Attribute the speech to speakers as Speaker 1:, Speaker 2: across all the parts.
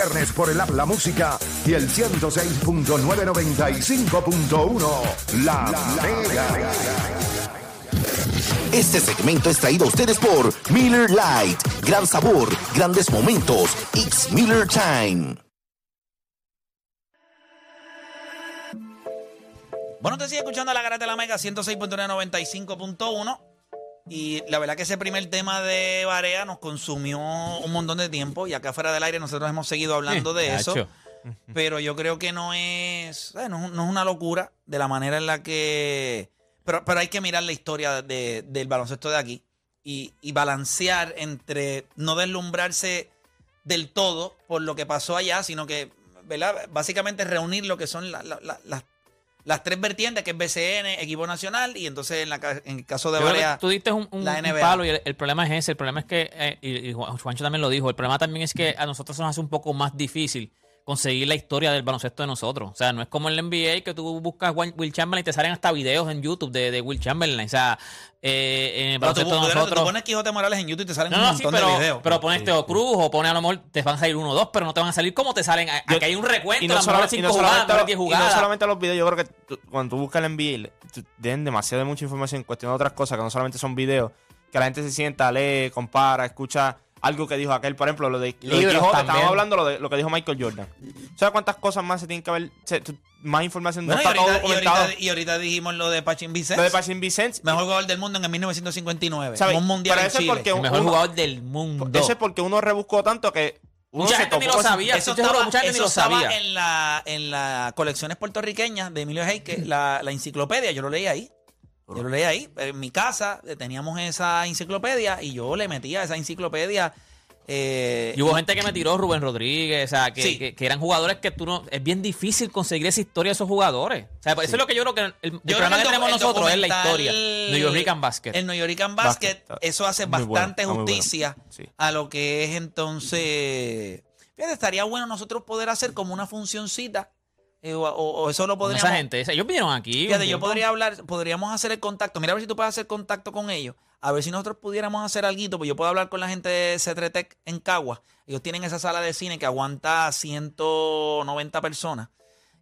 Speaker 1: Viernes por el app La Música y el 106.995.1 La, Mega.
Speaker 2: Este segmento es traído a ustedes por Miller Light. Gran sabor, grandes momentos. It's Miller Time.
Speaker 3: Bueno, te sigue escuchando la garata de la Mega 106.995.1. Y la verdad que ese primer tema de Barea nos consumió un montón de tiempo. Y acá fuera del aire nosotros hemos seguido hablando de eso.
Speaker 4: Nacho.
Speaker 3: Pero yo creo que no es, eh, no, es- no es una locura de la manera en la que... Pero, pero hay que mirar la historia de- del baloncesto de aquí y, y balancear entre no deslumbrarse del todo por lo que pasó allá, sino que, ¿verdad? Básicamente reunir lo que son la- la- la- las, las tres vertientes, que es BCN, equipo nacional, y entonces en, la ca- en el caso de
Speaker 4: Yo creo que
Speaker 3: Barea...
Speaker 4: tú diste un, un-
Speaker 3: la
Speaker 4: un
Speaker 3: NBA.
Speaker 4: palo y el, el problema es ese. El problema es que, eh, y, y Juan- Juancho también lo dijo, el problema también es que a nosotros se nos hace un poco más difícil conseguir la historia del baloncesto de nosotros. O sea, no es como en la NBA que tú buscas Juan- Will Chamberlain y te salen hasta videos en YouTube de, de Will Chamberlain. O sea, eh, en el
Speaker 3: Pero tú,
Speaker 4: baloncesto
Speaker 3: tú-
Speaker 4: de
Speaker 3: tú
Speaker 4: nosotros...
Speaker 3: pones Quijote Morales en YouTube y te salen
Speaker 4: No,
Speaker 3: un
Speaker 4: no, sí,
Speaker 3: montón de
Speaker 4: pero,
Speaker 3: videos.
Speaker 4: pero pues, pones Teo Cruz o pones a lo mejor te van a salir uno o dos, pero no te van a salir como te salen. A-
Speaker 5: Yo-
Speaker 4: Aquí hay un recuento,
Speaker 5: y
Speaker 4: a
Speaker 5: no,
Speaker 4: lo mejor
Speaker 5: solamente, y
Speaker 4: cinco
Speaker 5: no
Speaker 4: jugadas,
Speaker 5: solamente
Speaker 4: no
Speaker 5: lo-
Speaker 4: hay diez
Speaker 5: y no
Speaker 4: jugadas.
Speaker 5: solamente los videos, yo creo que tú- cuando tú buscas el NBA, tienen demasiado de mucha información en cuestión de otras cosas, que no solamente son videos, que la gente se sienta, lee, compara, escucha algo que dijo aquel, por ejemplo, lo de, lo de
Speaker 4: Libros
Speaker 5: Quijote,
Speaker 4: también.
Speaker 5: estábamos hablando lo de lo que dijo Michael Jordan. O sea, cuántas cosas más se tienen que ver, se- tú- más información,
Speaker 3: Bueno, y,
Speaker 5: no está todo
Speaker 3: ahorita, y
Speaker 5: documentado.
Speaker 3: ahorita- y ahorita dijimos lo de Pachín Vicente.
Speaker 5: Lo de Pachín Vicente,
Speaker 3: mejor jugador del mundo en el 1959.
Speaker 5: ¿sabes?
Speaker 3: Un mundial
Speaker 5: Pero
Speaker 3: en
Speaker 5: eso es
Speaker 3: Chile.
Speaker 5: porque
Speaker 4: el mejor
Speaker 5: uno-
Speaker 4: jugador del mundo.
Speaker 5: eso es porque uno rebuscó tanto que uno
Speaker 4: Mucha
Speaker 5: se
Speaker 4: gente ni
Speaker 5: topó
Speaker 4: lo
Speaker 5: con-
Speaker 4: sabía.
Speaker 3: Eso
Speaker 4: Yo juro,
Speaker 3: estaba,
Speaker 4: mucha gente
Speaker 3: eso
Speaker 4: ni lo
Speaker 3: estaba
Speaker 4: sabía.
Speaker 3: en las en las colecciones puertorriqueñas de Emilio Heike, la, la enciclopedia, yo lo leí ahí. Yo lo leí ahí. En mi casa eh, teníamos esa enciclopedia y yo le metía esa enciclopedia. eh,
Speaker 4: Y hubo gente que me tiró Rubén Rodríguez, o sea, que,
Speaker 3: Sí.
Speaker 4: que- que eran jugadores que tú no. Es bien difícil conseguir esa historia de esos jugadores. O sea, pues eso es lo que yo creo que. El, el
Speaker 3: Yo
Speaker 4: problema
Speaker 3: creo
Speaker 4: que
Speaker 3: el
Speaker 4: tenemos
Speaker 3: docu- el
Speaker 4: nosotros es la
Speaker 3: documental-
Speaker 4: historia. New York Basket.
Speaker 3: El New York Basket,
Speaker 5: Basket,
Speaker 3: eso hace
Speaker 5: muy bueno,
Speaker 3: bastante
Speaker 5: está muy bueno.
Speaker 3: justicia
Speaker 5: Sí.
Speaker 3: a lo que es entonces. Fíjate, estaría bueno nosotros poder hacer como una funcioncita. eh, o, o- o eso lo
Speaker 4: Con
Speaker 3: podríamos.
Speaker 4: esa gente. esa- Ellos vinieron aquí.
Speaker 3: Fíjate,
Speaker 4: un
Speaker 3: yo
Speaker 4: tiempo.
Speaker 3: podría hablar, podríamos hacer el contacto. Mira a ver si tú puedes hacer contacto con ellos. A ver si nosotros pudiéramos hacer algo. Pues yo puedo hablar con la gente de Cetretec en Cagua. Ellos tienen esa sala de cine que aguanta 190 personas.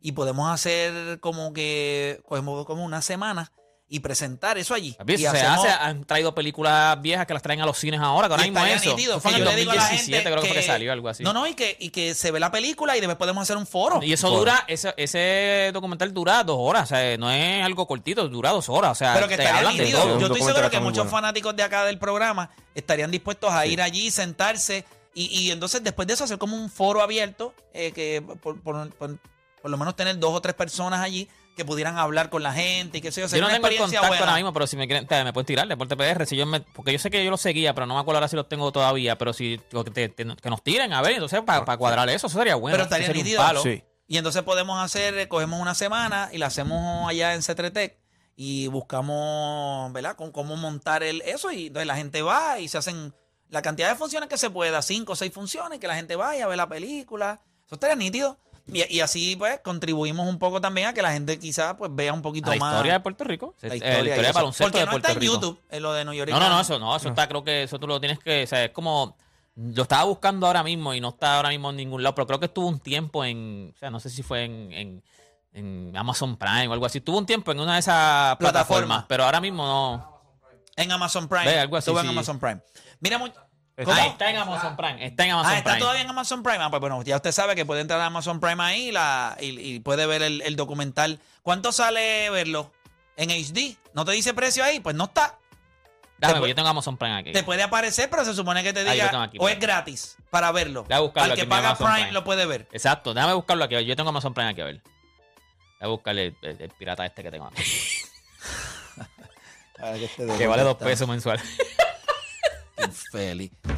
Speaker 3: Y podemos hacer como que, como, como una semana y presentar eso allí.
Speaker 4: Papi,
Speaker 3: y
Speaker 4: eso se hace, han traído películas viejas que las traen a los cines ahora, que ahora
Speaker 3: y
Speaker 4: mismo
Speaker 3: estaría
Speaker 4: eso.
Speaker 3: nítido.
Speaker 4: Eso fue en el
Speaker 3: Yo le digo a la
Speaker 4: 2017,
Speaker 3: gente
Speaker 4: creo que fue que salió, algo así.
Speaker 3: No, no, y que, y que se ve la película y después podemos hacer un foro.
Speaker 4: Y eso dura, ese, ese documental dura dos horas, o sea, no es algo cortito, dura dos horas, o sea,
Speaker 3: Pero que
Speaker 4: te
Speaker 3: estarían
Speaker 4: hablan de
Speaker 3: nítidos.
Speaker 4: todo.
Speaker 3: Yo
Speaker 5: Un
Speaker 3: estoy
Speaker 5: documental
Speaker 3: seguro que
Speaker 5: está muy
Speaker 3: muchos
Speaker 5: bueno.
Speaker 3: fanáticos de acá del programa estarían dispuestos a ir allí, sentarse y, y entonces después de eso hacer como un foro abierto, eh, que por, por- por- por lo menos tener dos o tres personas allí que pudieran hablar con la gente y que sé yo.
Speaker 4: Yo
Speaker 3: sería
Speaker 4: no
Speaker 3: una
Speaker 4: tengo el
Speaker 3: experiencia
Speaker 4: contacto
Speaker 3: buena.
Speaker 4: ahora mismo, pero si me quieren, te- me pueden tirar, Deporte PR. Si yo me, porque yo sé que yo lo seguía, pero no me acuerdo ahora si los tengo todavía. Pero si o que, te- te- que nos tiren, a ver, entonces para cuadrar eso, eso sería bueno.
Speaker 3: Pero estaría
Speaker 4: Eso sería un
Speaker 3: nítido.
Speaker 4: palo.
Speaker 5: Sí.
Speaker 3: Y entonces podemos hacer, eh, cogemos una semana y la hacemos allá en Cetretec E y buscamos, ¿verdad?, con cómo montar el, eso. Y entonces la gente va y se hacen la cantidad de funciones que se pueda, cinco o seis funciones, que la gente vaya a ver la película. Eso estaría nítido. Y, y así, pues, contribuimos un poco también a que la gente quizá pues vea un
Speaker 4: A
Speaker 3: poquito
Speaker 4: La
Speaker 3: más
Speaker 4: historia de Puerto Rico. eh, La historia,
Speaker 3: y
Speaker 4: de
Speaker 3: eso.
Speaker 4: baloncesto
Speaker 3: Porque
Speaker 4: de
Speaker 3: no
Speaker 4: Puerto
Speaker 3: está en
Speaker 4: Rico.
Speaker 3: YouTube, en lo de New York.
Speaker 4: No, no, no, eso no, eso está, creo que eso tú lo tienes que, o sea, es como, lo estaba buscando ahora mismo y no está ahora mismo en ningún lado, pero creo que estuvo un tiempo en, o sea, no sé si fue en, en, en Amazon Prime o algo así, estuvo un tiempo en una de esas
Speaker 3: Plataforma.
Speaker 4: plataformas, pero ahora mismo no.
Speaker 3: En Amazon Prime.
Speaker 4: Ve, algo así,
Speaker 3: Estuvo en
Speaker 4: sí.
Speaker 3: Amazon Prime. Mira, mu-
Speaker 5: Está-
Speaker 3: Ahí
Speaker 4: Ah, está en Amazon Prime, está en Amazon
Speaker 3: ah, está
Speaker 4: Prime.
Speaker 3: todavía en Amazon Prime. Ah, pues bueno, ya usted sabe que puede entrar a Amazon Prime ahí y, la, y, y puede ver el, el documental. ¿Cuánto sale verlo? En HD. ¿No te dice precio ahí? Pues no está.
Speaker 4: Déjame,
Speaker 3: Te
Speaker 4: porque
Speaker 3: pu-
Speaker 4: yo tengo Amazon Prime aquí.
Speaker 3: Te puede aparecer, pero se supone que te
Speaker 4: Ah, yo tengo
Speaker 3: diga.
Speaker 4: aquí,
Speaker 3: o es
Speaker 4: espérate.
Speaker 3: gratis para verlo.
Speaker 4: Voy a buscarlo
Speaker 3: Al que
Speaker 4: aquí, mira,
Speaker 3: paga
Speaker 4: Amazon
Speaker 3: Prime,
Speaker 4: Prime.
Speaker 3: lo puede ver.
Speaker 4: Exacto, déjame buscarlo aquí, a ver, yo tengo Amazon Prime aquí, a ver. Voy a buscar el, el- el pirata este que tengo aquí,
Speaker 6: este
Speaker 4: que vale dos pesos mensual.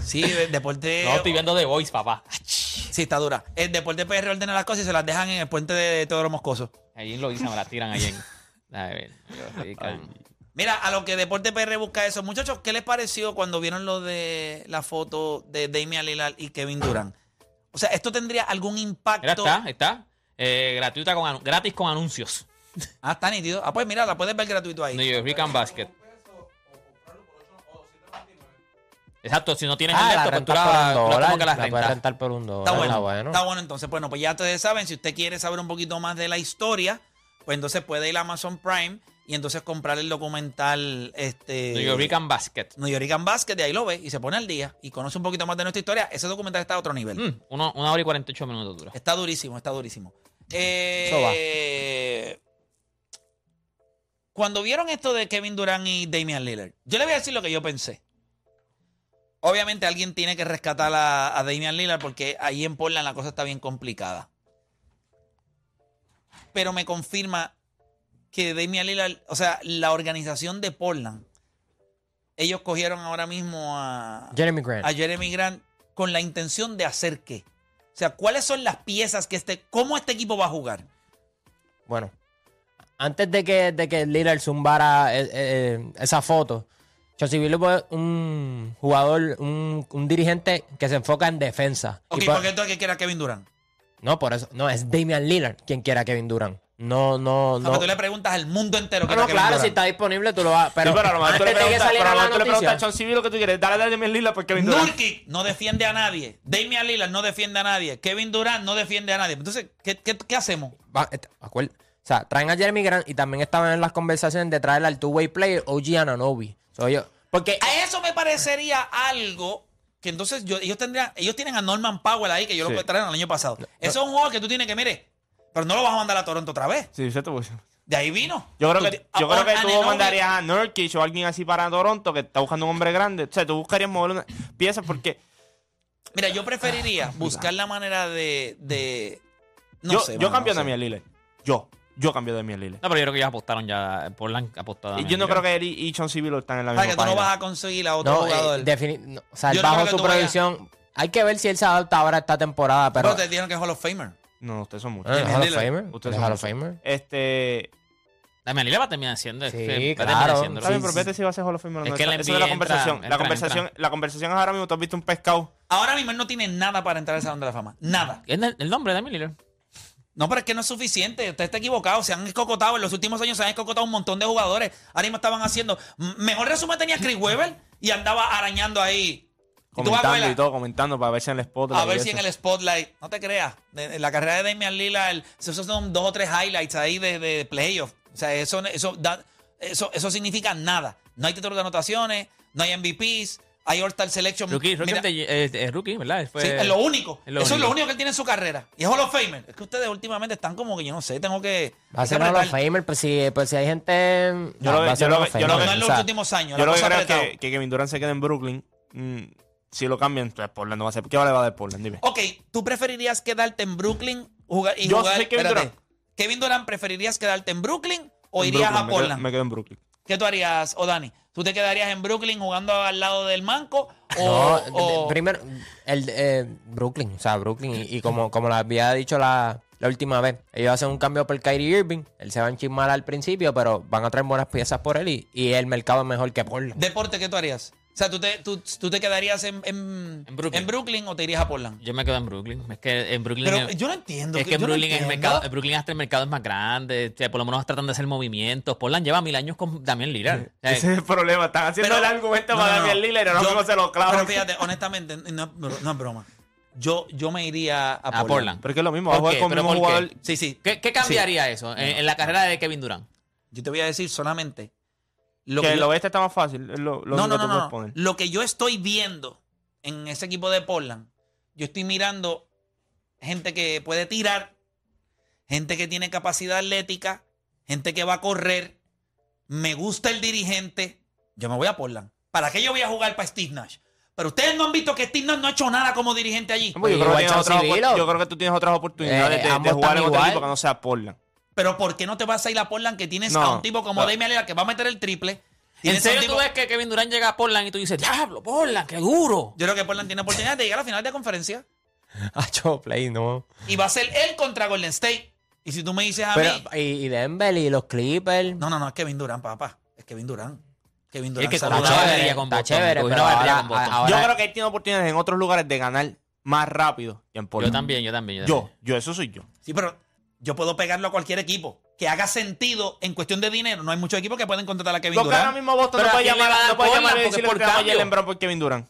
Speaker 3: Sí, de- deporte.
Speaker 4: No, estoy viendo The Voice, papá.
Speaker 3: Sí, está dura. El Deporte PR ordena las cosas y se las dejan en el puente de Teodoro Moscoso.
Speaker 4: Ahí lo dicen, me la tiran ahí. en- A ver, yo sí, cabrón.
Speaker 3: Mira, a lo que Deporte PR busca eso. Muchachos, ¿qué les pareció cuando vieron lo de la foto de Damian Lillard y Kevin Durant? O sea, ¿esto tendría algún
Speaker 4: Mira,
Speaker 3: impacto?
Speaker 4: está, está. Eh, gratuita con, anu- gratis con anuncios.
Speaker 3: Ah, está nítido. Ah, pues mira, la puedes ver gratuito ahí.
Speaker 4: New York and Basket. Exacto, si no tienes
Speaker 6: Ah,
Speaker 4: el
Speaker 6: la
Speaker 4: laptop, pues tú
Speaker 6: rentas por
Speaker 4: la,
Speaker 6: un
Speaker 4: tú la
Speaker 6: dólar.
Speaker 4: como que la
Speaker 6: La puedes
Speaker 4: rentas.
Speaker 6: rentar por un dólar. Ah,
Speaker 3: Está bueno, Está bueno, entonces, bueno, pues ya ustedes saben, si usted quiere saber un poquito más de la historia, pues entonces puede ir a Amazon Prime y entonces comprar el documental este
Speaker 4: New York and Basket.
Speaker 3: New Yorican Basket, de ahí lo ve y se pone al día y conoce un poquito más de nuestra historia. Ese documental está a otro nivel.
Speaker 4: Mm, uno- una hora y 48 minutos dura.
Speaker 3: Está durísimo, está durísimo. Eh,
Speaker 6: Eso va.
Speaker 3: Cuando vieron esto de Kevin Durant y Damian Lillard, yo le voy a decir lo que yo pensé. Obviamente alguien tiene que rescatar a, a Damian Lillard porque ahí en Portland la cosa está bien complicada. Pero me confirma que Damian Lillard, o sea, la organización de Portland, ellos cogieron ahora mismo a
Speaker 6: Jeremy Grant.
Speaker 3: a Jeremy Grant con la intención de hacer qué? O sea, ¿cuáles son las piezas que este, cómo este equipo va a jugar?
Speaker 6: Bueno, antes de que, de que Lillard zumbara eh, eh, esa foto, Chauncey Billups es un jugador, un, un dirigente que se enfoca en defensa. Y
Speaker 3: Ok,
Speaker 6: por-
Speaker 3: porque entonces que quiera Kevin Durant.
Speaker 6: No, por eso. No, es Damian Lillard quien quiera a Kevin Durant. No, no,
Speaker 3: O
Speaker 6: no.
Speaker 3: sea, que tú le preguntas al mundo entero
Speaker 6: Ah,
Speaker 3: que
Speaker 6: no,
Speaker 3: era Kevin
Speaker 6: claro,
Speaker 3: Durant.
Speaker 6: si está disponible tú lo vas. Pero,
Speaker 5: Pero, pero a lo mejor tú le
Speaker 6: antes de que
Speaker 5: preguntas, pero
Speaker 6: saliera
Speaker 5: a lo
Speaker 6: la
Speaker 5: mejor tú le preguntas
Speaker 6: noticia.
Speaker 5: a John Civil lo que tú quieres. Dale, dale, Damian Lillard porque Kevin Durant.
Speaker 3: Nurkic no defiende a nadie. Damian Lillard no defiende a nadie. Kevin Durant no defiende a nadie. Entonces, ¿qué, qué- qué hacemos?
Speaker 6: Va- et- acuer- O sea, traen a Jeremy Grant y también estaban en las conversaciones de traer al two-way player OG Ananobi. Soy yo. Porque
Speaker 3: A eso me parecería algo que entonces yo- ellos tendrían, ellos tienen a Norman Powell ahí, que yo
Speaker 5: Sí.
Speaker 3: lo trajeron el año pasado. Eso es un juego que tú tienes que, mire, pero no lo vas a mandar a Toronto otra vez.
Speaker 5: Sí, cierto, pues.
Speaker 3: De ahí vino.
Speaker 5: Yo creo
Speaker 3: Tú
Speaker 5: que,
Speaker 3: ti-
Speaker 5: yo creo que
Speaker 3: Ananobi-
Speaker 5: tú mandarías a Nurkic o alguien así para Toronto que está buscando un hombre grande. O sea, tú buscarías mover una pieza porque
Speaker 3: Mira, yo preferiría buscar la manera de. de- no
Speaker 5: Ah, yo,
Speaker 3: sé.
Speaker 5: yo
Speaker 3: mano,
Speaker 5: cambio
Speaker 3: no
Speaker 5: a
Speaker 3: sé.
Speaker 5: Damian Lillard. Yo, yo cambio a Damian Lillard.
Speaker 4: No, pero yo creo que ya apostaron ya. Portland apostó. a
Speaker 5: Y yo
Speaker 4: Damian
Speaker 5: no creo
Speaker 4: Lillard.
Speaker 5: que él y, y John Civil están en la
Speaker 3: O sea,
Speaker 5: misma
Speaker 3: que tú no
Speaker 5: página.
Speaker 3: vas a conseguir a otro
Speaker 6: no, eh,
Speaker 3: jugador.
Speaker 6: defini- no, o sea,
Speaker 3: Yo no creo
Speaker 6: bajo
Speaker 3: que
Speaker 6: su
Speaker 3: tú vayas-
Speaker 6: proyección. Hay que ver si él se adapta ahora a esta temporada,
Speaker 3: pero,
Speaker 6: pero.
Speaker 3: te dijeron que es Hall of Famer.
Speaker 5: No, ustedes son
Speaker 6: Ah,
Speaker 5: muchos.
Speaker 6: ¿es
Speaker 3: Damian
Speaker 6: Hall of
Speaker 3: Lillard.
Speaker 6: Famer.
Speaker 5: Ustedes
Speaker 6: ¿Es
Speaker 5: son
Speaker 6: Hall of
Speaker 5: muchos.
Speaker 6: Famer.
Speaker 5: Este.
Speaker 4: Damian Lillard va a terminar siendo.
Speaker 6: Sí,
Speaker 4: es que va a
Speaker 6: claro.
Speaker 4: terminar siendo-
Speaker 5: Está
Speaker 6: Está
Speaker 5: bien, pero
Speaker 6: sí.
Speaker 5: vete si va a ser Hall of Famer o
Speaker 4: Es
Speaker 5: no.
Speaker 4: que
Speaker 5: Eso
Speaker 4: el
Speaker 5: eso es la
Speaker 4: NBA
Speaker 5: conversación.
Speaker 4: entra,
Speaker 5: la,
Speaker 4: entra,
Speaker 5: conversación la conversación es ahora mismo. Tú has visto un pescado.
Speaker 3: Ahora mismo él no tiene nada para entrar al Salón de la Fama. Nada.
Speaker 4: ¿Es el, el nombre de Damian Lillard?
Speaker 3: Mm. No, pero es que no es suficiente. Usted está equivocado. Se han escocotado. En los últimos años se han escocotado un montón de jugadores. Ahora mismo estaban haciendo. M- Mejor resumen tenía Chris Webber y andaba arañando ahí. Y tú vas a
Speaker 5: Comentando
Speaker 3: cogerla.
Speaker 5: y todo, comentando para ver si en el spot.
Speaker 3: A ver si en el spotlight, no te creas, de- en la carrera de Damian Lillard, esos son dos o tres highlights ahí de, de playoff. O sea, eso, eso, da- eso, eso significa nada. No hay títulos de anotaciones, no hay MVPs, hay All-Star Selection.
Speaker 4: Rookie, rookie
Speaker 3: Mira,
Speaker 4: ante- eh, eh, rookie, ¿verdad? Él fue-
Speaker 3: sí, es lo único.
Speaker 4: es lo
Speaker 3: eso es lo
Speaker 4: único.
Speaker 3: único que él tiene en su carrera. Y es Hall of Famer. Es que ustedes últimamente están como que yo no sé, tengo que.
Speaker 6: Va a
Speaker 3: hay que
Speaker 6: ser Hall of
Speaker 3: apretar.
Speaker 6: Famer, pues si, pues si hay gente.
Speaker 5: Yo
Speaker 6: no,
Speaker 5: lo ve-
Speaker 6: va a
Speaker 5: yo
Speaker 6: ser
Speaker 5: lo
Speaker 6: Hall
Speaker 5: ve- yo
Speaker 6: of Famer.
Speaker 5: lo
Speaker 3: No,
Speaker 5: ve-
Speaker 3: no en los
Speaker 6: O sea,
Speaker 3: últimos años.
Speaker 5: Yo
Speaker 3: la
Speaker 5: lo que
Speaker 3: cosa
Speaker 5: creo es
Speaker 3: apretado.
Speaker 5: que, que Kevin Durant se quede en Brooklyn. mm, si lo cambian, pues Portland no va a ser. ¿Qué vale va a dar Portland? Dime.
Speaker 3: Ok, ¿tú preferirías quedarte en Brooklyn jugar- y
Speaker 5: Yo
Speaker 3: jugar?
Speaker 5: soy Kevin
Speaker 3: espérate.
Speaker 5: Durant.
Speaker 3: Kevin Durant, ¿preferirías quedarte en Brooklyn o
Speaker 5: En
Speaker 3: irías
Speaker 5: Brooklyn,
Speaker 3: a
Speaker 5: me quedo-
Speaker 3: Portland?
Speaker 5: Me quedo en Brooklyn.
Speaker 3: ¿Qué tú harías, o Dani? ¿Tú te quedarías en Brooklyn jugando al lado del manco? O,
Speaker 6: No, de-
Speaker 3: o-
Speaker 6: primero, el, eh, Brooklyn, o sea, Brooklyn, y, y como, como lo había dicho la, la última vez, ellos hacen un cambio por Kyrie Irving, él se va a enchismar al principio, pero van a traer buenas piezas por él y, y el mercado es mejor que Portland.
Speaker 3: deporte, ¿qué tú harías? O sea, ¿tú te, tú, tú te quedarías en, en-
Speaker 4: En Brooklyn.
Speaker 3: en Brooklyn o te irías a Portland?
Speaker 4: Yo me quedo en Brooklyn. Es que en Brooklyn.
Speaker 3: Pero
Speaker 4: es-
Speaker 3: yo no entiendo.
Speaker 4: Es que en
Speaker 3: yo no
Speaker 4: Brooklyn, es el
Speaker 3: entiendo.
Speaker 4: mercado, en Brooklyn hasta el mercado es más grande. o sea, por lo menos tratan de hacer movimientos. Portland lleva mil años con Damián Lillard. O sea,
Speaker 5: Ese es el problema. Están haciendo el argumento para Damian Lillard y ahora
Speaker 3: yo-
Speaker 5: mismo se
Speaker 3: Pero
Speaker 5: lo clavan.
Speaker 3: fíjate, honestamente, no, no es broma. Yo, yo me iría a
Speaker 4: a
Speaker 3: Portland.
Speaker 4: Portland.
Speaker 5: Pero es que es lo mismo. Va a
Speaker 4: ¿Por
Speaker 5: jugar
Speaker 4: qué?
Speaker 5: con el
Speaker 4: ¿Pero
Speaker 5: mismo
Speaker 4: por qué?
Speaker 5: jugador.
Speaker 3: Sí, sí.
Speaker 4: ¿Qué, qué cambiaría eso en, en la carrera de Kevin Durant?
Speaker 3: Yo te voy a decir solamente. Lo
Speaker 5: Que
Speaker 3: que
Speaker 5: el
Speaker 3: yo-
Speaker 5: oeste está más fácil. es Lo, lo
Speaker 3: no, no,
Speaker 5: único
Speaker 3: no,
Speaker 5: que tú
Speaker 3: no.
Speaker 5: puedes poner.
Speaker 3: Lo que yo estoy viendo en ese equipo de Portland, yo estoy mirando gente que puede tirar, gente que tiene capacidad atlética, gente que va a correr. Me gusta el dirigente. Yo me voy a Portland. ¿Para qué yo voy a jugar para Steve Nash? Pero ustedes no han visto que Steve Nash no ha hecho nada como dirigente allí.
Speaker 5: Hombre, Yo creo, que
Speaker 6: Igual
Speaker 5: tienes
Speaker 6: Chauncey
Speaker 5: otras opor-
Speaker 6: Billups.
Speaker 5: yo creo que tú tienes otras oportunidades
Speaker 6: Eh,
Speaker 5: de- de,
Speaker 6: ambos
Speaker 5: jugar
Speaker 6: están
Speaker 5: en otro
Speaker 6: igual.
Speaker 5: equipo que no sea Portland.
Speaker 3: Pero ¿por qué no te vas a ir a Portland que tienes
Speaker 5: No,
Speaker 3: a un tipo como
Speaker 5: no.
Speaker 3: Damian Lillard que va a meter el triple?
Speaker 4: ¿En
Speaker 3: Tienes a un
Speaker 4: serio tú
Speaker 3: tipo-
Speaker 4: ves que Kevin Durant llega a Portland y tú dices, diablo, Portland, qué duro?
Speaker 3: Yo creo que Portland tiene oportunidad de llegar a la final de conferencia.
Speaker 6: a Choplay, no.
Speaker 3: Y va a ser él contra Golden State. Y si tú me dices a
Speaker 6: Pero,
Speaker 3: mí.
Speaker 6: y, y Denver y los Clippers.
Speaker 3: No, no, no, es Kevin Durant, papá. Es Kevin Durant. Kevin
Speaker 4: Y es
Speaker 3: Durant.
Speaker 4: que
Speaker 3: saluda.
Speaker 4: como una barrería con
Speaker 6: Está
Speaker 4: Boston.
Speaker 6: chévere,
Speaker 4: Tuve una
Speaker 6: pero
Speaker 4: barrería
Speaker 6: ahora-
Speaker 4: con Boston.
Speaker 6: ahora-
Speaker 5: Yo creo que él tiene oportunidades en otros lugares de ganar más rápido que en
Speaker 4: Yo
Speaker 5: Portland.
Speaker 4: también, yo también. Yo,
Speaker 5: Yo,
Speaker 4: también.
Speaker 5: yo, eso soy yo.
Speaker 3: Sí, pero yo puedo pegarlo a cualquier equipo. Que haga sentido en cuestión de dinero. No hay muchos equipos que pueden contratar a Kevin
Speaker 5: Yo creo que ahora
Speaker 3: Durant.
Speaker 5: mismo Boston
Speaker 4: Pero
Speaker 5: no
Speaker 4: ¿a
Speaker 5: puede
Speaker 4: quién le va a
Speaker 5: llamar,
Speaker 4: dar
Speaker 5: no puede
Speaker 4: Portland?
Speaker 5: llamar y
Speaker 4: Porque
Speaker 5: decirle
Speaker 4: por
Speaker 5: por a
Speaker 4: cambio-
Speaker 5: Jalen Brown por Kevin Durant.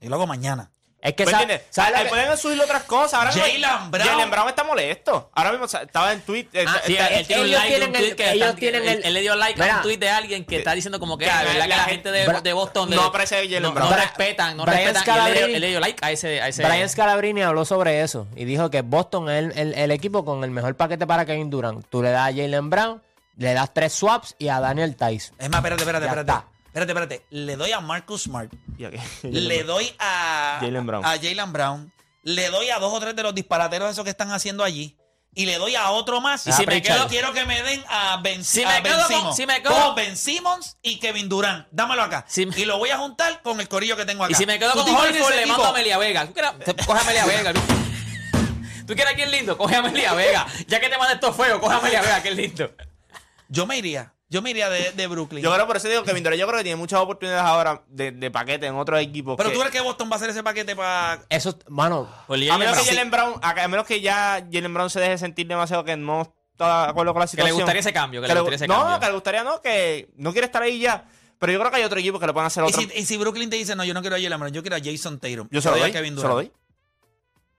Speaker 3: Y luego mañana.
Speaker 6: Es que
Speaker 5: ¿Me
Speaker 6: sa-
Speaker 5: entiendes?
Speaker 6: ¿sabes lo
Speaker 5: Ahí
Speaker 6: que-
Speaker 5: pueden subirle otras cosas. Ahora mismo-
Speaker 3: Jalen Brown.
Speaker 5: Jalen Brown está molesto. Ahora mismo o sea, estaba en Twitter. eh,
Speaker 4: Ah, sí, él tiene un like
Speaker 6: ellos
Speaker 4: de un
Speaker 6: tienen el-
Speaker 4: tweet que
Speaker 6: ellos
Speaker 4: están-
Speaker 6: tienen
Speaker 4: él,
Speaker 6: el-
Speaker 4: él le dio like a
Speaker 6: Mira.
Speaker 4: un tweet de alguien que está diciendo como que,
Speaker 5: Que
Speaker 4: ah,
Speaker 5: la-
Speaker 4: ¿verdad? que la
Speaker 5: la-
Speaker 4: gente de,
Speaker 6: Bra-
Speaker 4: de Boston
Speaker 5: no
Speaker 4: le-
Speaker 5: aprecia a Jalen
Speaker 4: no,
Speaker 5: Brown.
Speaker 4: no
Speaker 6: Bra-
Speaker 4: respetan, no
Speaker 6: Brian
Speaker 4: respetan. Y él le dio- Él,
Speaker 6: Scalabrine-
Speaker 4: le dio like a ese, a ese
Speaker 6: Brian Scalabrini habló sobre eso y dijo que Boston es el, el- el equipo con el mejor paquete para Kevin Durant. Tú le das a Jalen Brown, le das tres swaps y a Daniel Tyson.
Speaker 3: Es más, espérate, espérate,
Speaker 6: Ya
Speaker 3: espérate.
Speaker 6: está.
Speaker 3: Espérate, espérate. Le doy a Marcus Smart. Le
Speaker 5: Le
Speaker 3: doy a
Speaker 5: Jalen Brown.
Speaker 3: a Jalen Brown. Le doy a dos o tres de los disparateros esos que están haciendo allí. Y le doy a otro más.
Speaker 4: Y si
Speaker 3: Ah,
Speaker 4: me
Speaker 3: Pritchard.
Speaker 4: quedo-
Speaker 3: quiero que me den a Ben,
Speaker 4: Si
Speaker 3: a
Speaker 4: me
Speaker 3: Ben
Speaker 4: quedo con-
Speaker 3: Simmons.
Speaker 4: si me quedo-
Speaker 3: Con Ben Simmons y Kevin Durant. Dámelo acá.
Speaker 4: Si me-
Speaker 3: y lo voy a juntar con el corillo que tengo acá.
Speaker 4: Y si me quedo
Speaker 3: Tú
Speaker 4: con
Speaker 3: te imaginas
Speaker 4: Holford,
Speaker 3: ese
Speaker 4: le mando
Speaker 3: equipo?
Speaker 4: a Melia Vega. ¿Tú quieres- Coge a Melia Vega. ¿Tú quieres a quién lindo? Coge a Melia Vega. Ya que te mandé estos fuegos, coge a Melia Vega, que es lindo.
Speaker 3: Yo me iría. Yo me iría de, de Brooklyn.
Speaker 5: Yo creo, por eso digo que Durant yo creo que tiene muchas oportunidades ahora de, de paquete en otros equipos.
Speaker 3: Pero
Speaker 5: que-
Speaker 3: tú crees que Boston va a hacer ese paquete para.
Speaker 6: Eso, mano,
Speaker 4: Por
Speaker 5: a
Speaker 4: Jalen
Speaker 5: menos
Speaker 4: Brown.
Speaker 5: que Jalen Brown, a, a menos que ya Jalen Brown se deje sentir demasiado que no está de acuerdo con la
Speaker 4: Que
Speaker 5: situación.
Speaker 4: le gustaría ese cambio, que,
Speaker 5: Que
Speaker 4: le
Speaker 5: le-
Speaker 4: gustaría ese
Speaker 5: no,
Speaker 4: cambio.
Speaker 5: que le gustaría no, que no quiere estar ahí ya. Pero yo creo que hay otro equipo que le pueden hacer
Speaker 3: ¿Y
Speaker 5: otro.
Speaker 3: si, y si Brooklyn te dice, no, yo no quiero a Jalen Brown, yo quiero a Jason Tatum.
Speaker 5: yo se lo
Speaker 3: Te doy
Speaker 5: doy.
Speaker 3: a Kevin
Speaker 5: se
Speaker 3: Durant.
Speaker 5: lo doy.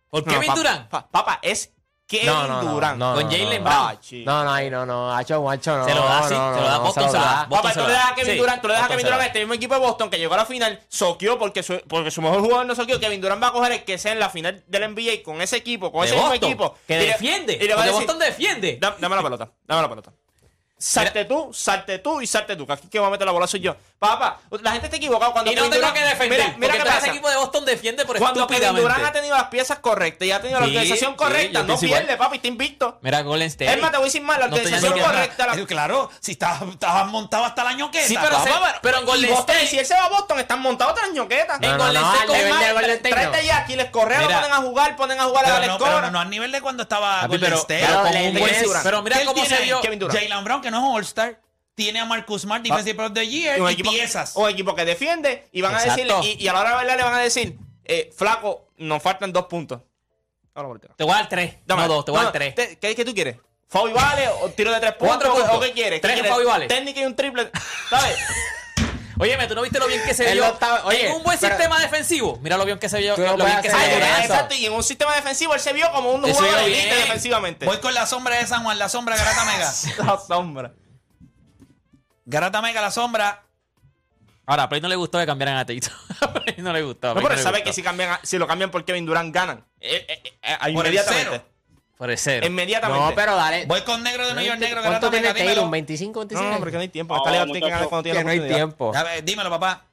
Speaker 4: ¿Por
Speaker 5: No,
Speaker 4: Kevin
Speaker 5: pa-
Speaker 4: Durant?
Speaker 5: pa- Papá, es Kevin
Speaker 6: no, no, no,
Speaker 5: Durant.
Speaker 6: no,
Speaker 4: Con
Speaker 6: no,
Speaker 4: Jalen
Speaker 6: no,
Speaker 4: Brown.
Speaker 5: Ah, chico.
Speaker 6: No, no, ahí no, no, hacho guacho, no.
Speaker 4: Se lo da,
Speaker 6: no,
Speaker 4: sí,
Speaker 6: no,
Speaker 4: se lo da,
Speaker 6: no,
Speaker 4: Boston se lo da.
Speaker 5: Papá,
Speaker 4: Boston
Speaker 5: tú
Speaker 4: se
Speaker 5: le
Speaker 4: lo
Speaker 5: das
Speaker 4: da.
Speaker 5: a Kevin
Speaker 4: Sí,
Speaker 5: Durant, tú le das a
Speaker 4: Boston
Speaker 5: Kevin
Speaker 4: se lo
Speaker 5: Durant,
Speaker 4: da.
Speaker 5: este mismo equipo de Boston que llegó a la final, soqueó porque su, porque su mejor jugador no soqueó. Kevin Durant va a coger el que sea en la final del NBA con ese equipo, con
Speaker 4: De
Speaker 5: ese
Speaker 4: Boston,
Speaker 5: mismo equipo.
Speaker 4: Que
Speaker 5: Y le-
Speaker 4: defiende.
Speaker 5: Y le va a
Speaker 4: porque
Speaker 5: decir,
Speaker 4: Boston defiende.
Speaker 5: "Da- dame la pelota, dame la pelota. Salte tú, salte tú y salte tú, que aquí que va a meter la bola soy yo. Papá, la gente está equivocada cuando
Speaker 4: Y no
Speaker 5: Kevin
Speaker 4: tengo
Speaker 5: Durant-
Speaker 4: que defender.
Speaker 5: Mira, mira
Speaker 4: porque
Speaker 5: qué
Speaker 4: todo ese
Speaker 5: pasa.
Speaker 4: equipo de Boston defiende por
Speaker 5: Cuando Kevin
Speaker 4: estúpidamente.
Speaker 5: Durant ha tenido las piezas correctas y ha tenido la
Speaker 4: Sí,
Speaker 5: organización
Speaker 4: sí,
Speaker 5: correcta,
Speaker 4: yo
Speaker 5: no
Speaker 4: pienso igual.
Speaker 5: pierde, papi, está invicto.
Speaker 4: Mira, Golden State.
Speaker 5: Es más, te voy a decir más, la
Speaker 4: No estoy
Speaker 5: organización
Speaker 4: diciendo que-
Speaker 5: correcta. la-
Speaker 3: Eh, Claro, si estás, estabas montado hasta la ñoqueta.
Speaker 4: Sí, pero,
Speaker 3: papá.
Speaker 4: se- pero en
Speaker 5: Y
Speaker 4: Golden
Speaker 5: Boston,
Speaker 4: State.
Speaker 5: si él se va a Boston, están montados otras
Speaker 4: En
Speaker 5: ñoquetas.
Speaker 6: No, no,
Speaker 4: Golden
Speaker 6: no,
Speaker 4: State
Speaker 6: al nivel
Speaker 4: con
Speaker 6: de Golden State, no.
Speaker 5: Tráete ya aquí les correa, lo
Speaker 4: Mira.
Speaker 5: ponen a jugar, ponen a jugar a
Speaker 3: Pero
Speaker 5: la
Speaker 3: no,
Speaker 5: Escobar.
Speaker 3: pero no, no al nivel de cuando estaba
Speaker 4: Papi,
Speaker 3: Golden
Speaker 4: pero-
Speaker 3: State.
Speaker 4: pero con
Speaker 6: le-
Speaker 4: un buen-
Speaker 6: Kevin Durant.
Speaker 4: pero mira
Speaker 5: ¿Qué él
Speaker 4: cómo se
Speaker 5: tiene ahí,
Speaker 4: vio.
Speaker 5: Kevin Durant?
Speaker 3: Jalen Brown, que no es un All-Star, tiene a Marcus Smart, Defensive Player of the Year,
Speaker 5: un
Speaker 3: y
Speaker 5: equipo, Oh,
Speaker 3: piezas.
Speaker 5: un equipo que defiende y van
Speaker 4: Exacto.
Speaker 5: a decirle, y, y a la hora de bailar le van a decir, eh, flaco, nos faltan dos puntos. Ahora volteo.
Speaker 4: Te voy a dar tres.
Speaker 5: Dame,
Speaker 4: no dos, te voy a
Speaker 5: no,
Speaker 4: dar
Speaker 5: no,
Speaker 4: tres.
Speaker 5: te- ¿Qué, qué tú quieres? ¿Fau y vale? ¿O tiro de tres puntos?
Speaker 4: Cuatro puntos.
Speaker 5: ¿O qué quieres? ¿Qué
Speaker 4: Tres
Speaker 5: quieres?
Speaker 4: foul y vale.
Speaker 5: Técnica y un triple. ¿Sabes?
Speaker 4: Óyeme, tú no viste lo bien que se
Speaker 6: Él
Speaker 4: vio.
Speaker 6: no estaba- oye,
Speaker 4: en un buen
Speaker 6: pero-
Speaker 4: sistema defensivo. Mira lo bien que se vio.
Speaker 6: Tú no
Speaker 4: lo bien
Speaker 6: puedes
Speaker 4: que se
Speaker 6: hacer
Speaker 5: Ay,
Speaker 4: vio.
Speaker 6: eso.
Speaker 5: exacto, y en un sistema defensivo él se vio como un
Speaker 4: Eso
Speaker 3: Eh,
Speaker 5: jugador
Speaker 4: iba
Speaker 5: elite
Speaker 4: bien.
Speaker 5: defensivamente.
Speaker 3: Voy con la sombra de San Juan, la sombra Garata Mega.
Speaker 5: La sombra.
Speaker 3: Garata Mega, la sombra.
Speaker 4: Ahora, a Play no le gustó que cambiaran a Tito. A Play no le gustó. a
Speaker 5: No,
Speaker 4: Play
Speaker 5: pero él
Speaker 4: le
Speaker 5: sabe
Speaker 4: gustó.
Speaker 5: que si, cambian, a- si lo cambian por Kevin Durant ganan. Eh, eh, eh, eh,
Speaker 3: Por el
Speaker 5: inmediatamente.
Speaker 3: cero.
Speaker 4: Por el cero.
Speaker 5: Inmediatamente.
Speaker 6: No, pero dale.
Speaker 3: Voy con negro de New York, negro Garata
Speaker 6: ¿Cuánto tiene
Speaker 3: Mega.
Speaker 6: Taylor?
Speaker 3: Dímelo.
Speaker 6: ¿25, 26?
Speaker 5: No, no, porque no hay tiempo.
Speaker 7: No,
Speaker 5: Esta liga tiene que
Speaker 7: muchacho,
Speaker 5: ganar cuando tiene
Speaker 6: Que
Speaker 5: la
Speaker 6: no hay
Speaker 5: oportunidad.
Speaker 6: tiempo.
Speaker 3: A ver, dímelo, papá.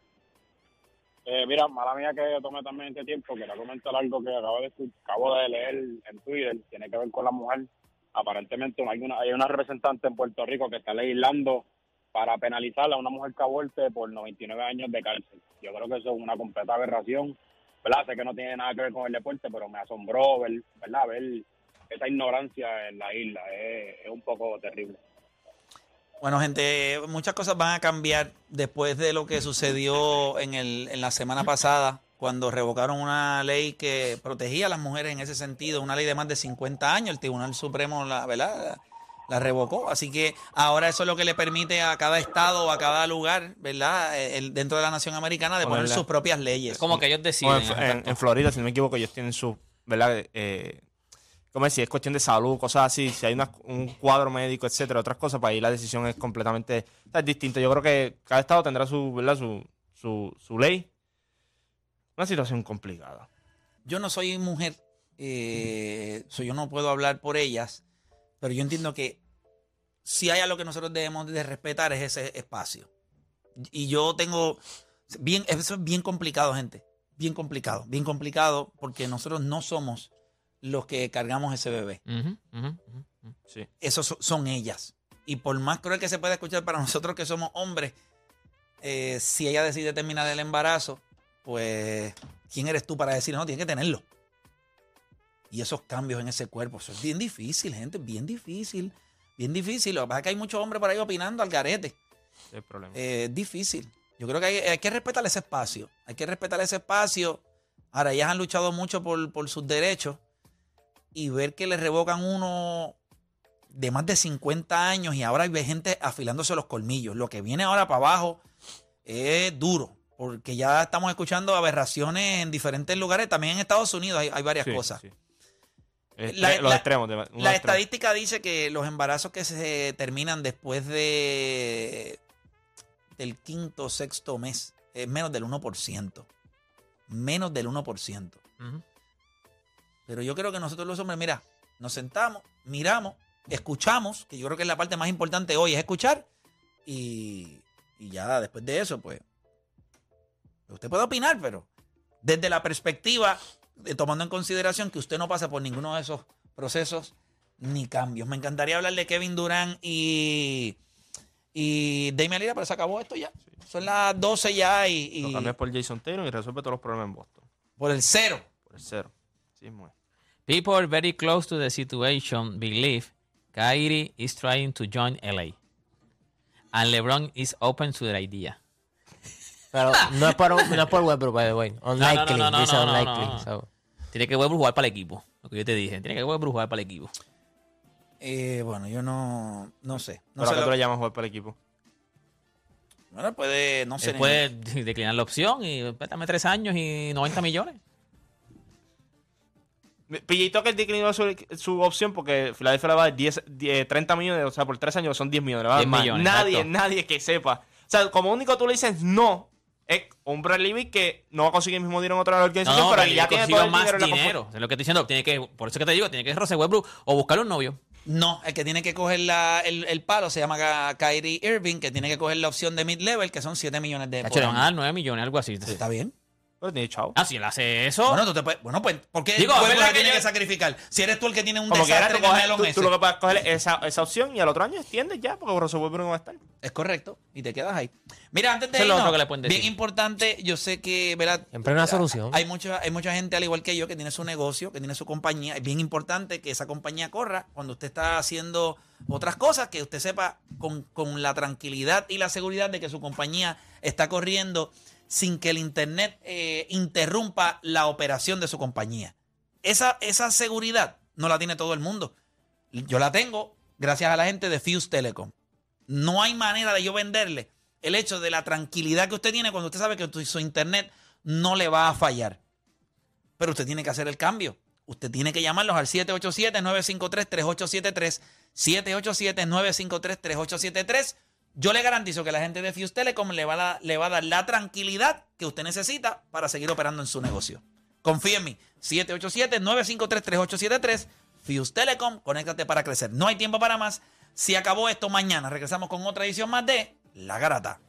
Speaker 7: Eh, mira, mala mía que tome también este tiempo, quería comentar algo que acabo de, escu- acabo de leer en Twitter, tiene que ver con la mujer. Aparentemente hay una, hay una representante en Puerto Rico que está legislando para penalizar a una mujer que aborte por 99 años de cárcel. Yo creo que eso es una completa aberración, ¿verdad? Sé que no tiene nada que ver con el deporte, pero me asombró ver, ¿verdad? ver esa ignorancia en la isla. Es- es un poco terrible.
Speaker 3: Bueno, gente, muchas cosas van a cambiar después de lo que sucedió en, el, en la semana pasada, cuando revocaron una ley que protegía a las mujeres en ese sentido, una ley de más de 50 años. El Tribunal Supremo la, ¿verdad? la revocó. Así que ahora eso es lo que le permite a cada estado o a cada lugar, ¿verdad? Eh, El- dentro de la nación americana de poner
Speaker 5: Ponerla.
Speaker 3: sus propias leyes.
Speaker 4: Como que ellos
Speaker 5: No,
Speaker 4: deciden.
Speaker 5: en, en- en Florida, si no me equivoco, ellos tienen su, ¿verdad? Eh, como decir, es cuestión de salud, cosas así, si hay una- un cuadro médico, etcétera, otras cosas, para ahí la decisión es completamente o sea, es distinta. Yo creo que cada estado tendrá su, ¿verdad? Su, su, su ley. Una situación complicada.
Speaker 3: Yo no soy mujer, eh, so yo no puedo hablar por ellas, pero yo entiendo que si hay algo que nosotros debemos de respetar es ese espacio. Y yo tengo, bien, eso es bien complicado, gente, bien complicado, bien complicado, porque nosotros no somos los que cargamos ese bebé,
Speaker 4: Ujú, ujú, ujú, ujú.
Speaker 5: Sí.
Speaker 3: esos so- son ellas. Y por más cruel que se pueda escuchar para nosotros que somos hombres, eh, si ella decide terminar el embarazo, pues, ¿quién eres tú para decir no? Tienes que tenerlo. y esos cambios en ese cuerpo. Eso es bien difícil, gente, bien difícil. Bien difícil. Lo que pasa es que hay muchos hombres por ahí opinando al garete.
Speaker 5: Ese es el problema.
Speaker 3: Eh, es difícil. Yo creo que hay, hay que respetar ese espacio. Hay que respetar ese espacio. Ahora, ellas han luchado mucho por, por sus derechos y ver que le revocan uno de más de 50 años y ahora hay gente afilándose los colmillos. Lo que viene ahora para abajo es duro, porque ya estamos escuchando aberraciones en diferentes lugares. También en Estados Unidos hay, hay varias
Speaker 5: Sí,
Speaker 3: cosas.
Speaker 5: sí. Estre-
Speaker 3: La-
Speaker 5: los
Speaker 3: la-
Speaker 5: extremos. de- unos
Speaker 3: La
Speaker 5: extremos.
Speaker 3: estadística dice que los embarazos que se terminan después de del quinto o sexto mes es menos del 1%. Menos del 1%.
Speaker 4: Ujú.
Speaker 3: Pero yo creo que nosotros los hombres, mira, nos sentamos, miramos, escuchamos, que yo creo que es la parte más importante hoy, es escuchar. Y, y ya después de eso, pues, usted puede opinar, pero desde la perspectiva, de- tomando en consideración que usted no pasa por ninguno de esos procesos ni cambios. Me encantaría hablar de Kevin Durán y, y Damian Lillard, pero se acabó esto ya. Son las 12 ya y, y
Speaker 5: Lo cambias por Jason Taylor y resuelve todos los problemas en Boston.
Speaker 3: por el cero.
Speaker 5: Por el cero. Sí, muy.
Speaker 4: People very close to the situation believe Kyrie is trying to join LA. And LeBron is open to the idea.
Speaker 6: Pero no es por, no es por Westbrook, by the way. Unlikely.
Speaker 4: no, no,
Speaker 6: dice
Speaker 4: no, no,
Speaker 6: unlikely.
Speaker 4: no, no.
Speaker 6: so.
Speaker 4: Tiene que Westbrook jugar para el equipo. Lo que yo te dije. Tiene que Westbrook jugar para el equipo.
Speaker 3: Eh, bueno, yo no, no sé. No
Speaker 5: ¿Pero a
Speaker 3: sé
Speaker 5: qué
Speaker 3: lo-
Speaker 5: tú le llamas jugar para el equipo?
Speaker 3: Bueno, puede,
Speaker 5: Pues,
Speaker 3: no sé.
Speaker 4: Él puede de- declinar la opción y espérame tres años y 90 millones.
Speaker 5: Pillito que declinó su, su opción porque Filadelfia le va a dar 10, 10, 30 millones, o sea, por 3 años son 10 millones. le va a dar
Speaker 4: 10
Speaker 5: más.
Speaker 4: millones,
Speaker 5: nadie,
Speaker 4: exacto.
Speaker 5: nadie que sepa. O sea, como único tú le dices no, es un Bradley Beal que no va a conseguir el mismo dinero en otra
Speaker 4: No,
Speaker 5: organización,
Speaker 4: no,
Speaker 5: pero
Speaker 4: pero
Speaker 5: ya
Speaker 4: ya
Speaker 5: tiene
Speaker 4: consigo
Speaker 5: todo el
Speaker 4: más
Speaker 5: dinero. en la
Speaker 4: dinero. Es lo que estoy diciendo. Tiene que, por eso que te digo, tiene que Rose Westbrook o buscar un novio.
Speaker 3: No, el que tiene que coger la- el, el palo se llama Ka- Kyrie Irving, que tiene que coger la opción de mid-level, que son 7 millones de
Speaker 4: Cacho,
Speaker 3: por
Speaker 4: le van a
Speaker 3: año.
Speaker 4: dar 9 millones, algo así.
Speaker 3: Está bien.
Speaker 5: Pero tiene chavo.
Speaker 4: Ah, si él hace eso.
Speaker 3: Bueno, tú te puedes- bueno, pues, ¿por qué
Speaker 4: Digo,
Speaker 3: Digo,
Speaker 4: es verdad que
Speaker 3: tiene
Speaker 4: yo-
Speaker 3: que sacrificar? Si eres tú el que tiene un
Speaker 5: Como que ahora
Speaker 3: desastre
Speaker 5: tú,
Speaker 3: en el
Speaker 5: coges-
Speaker 3: melón
Speaker 5: tú- tú
Speaker 3: ese.
Speaker 5: lo que puedes coger es esa, esa opción y al otro año extiendes ya, porque Russell Westbrook no va a estar.
Speaker 3: Es correcto, y te quedas ahí. Mira, antes de
Speaker 4: Eso es lo
Speaker 3: irnos,
Speaker 4: otro que le pueden decir.
Speaker 3: bien importante, yo sé que, ¿verdad?
Speaker 6: Siempre hay una solución.
Speaker 3: Hay mucha, hay mucha gente, al igual que yo, que tiene su negocio, que tiene su compañía. Es bien importante que esa compañía corra cuando usted está haciendo otras cosas, que usted sepa con, con la tranquilidad y la seguridad de que su compañía está corriendo sin que el Internet eh, interrumpa la operación de su compañía. Esa, esa seguridad no la tiene todo el mundo. Yo la tengo gracias a la gente de Fuse Telecom. No hay manera de yo venderle el hecho de la tranquilidad que usted tiene cuando usted sabe que tu- su internet no le va a fallar. Pero usted tiene que hacer el cambio. Usted tiene que llamarlos al 787-953-3873. 787-953-3873. Yo le garantizo que la gente de Fuse Telecom le va, a, da- le va a dar la tranquilidad que usted necesita para seguir operando en su negocio. Confíe en mí. 787-953-3873. Fuse Telecom, conéctate para crecer. No hay tiempo para más. Si acabó esto mañana, regresamos con otra edición más de La Garata.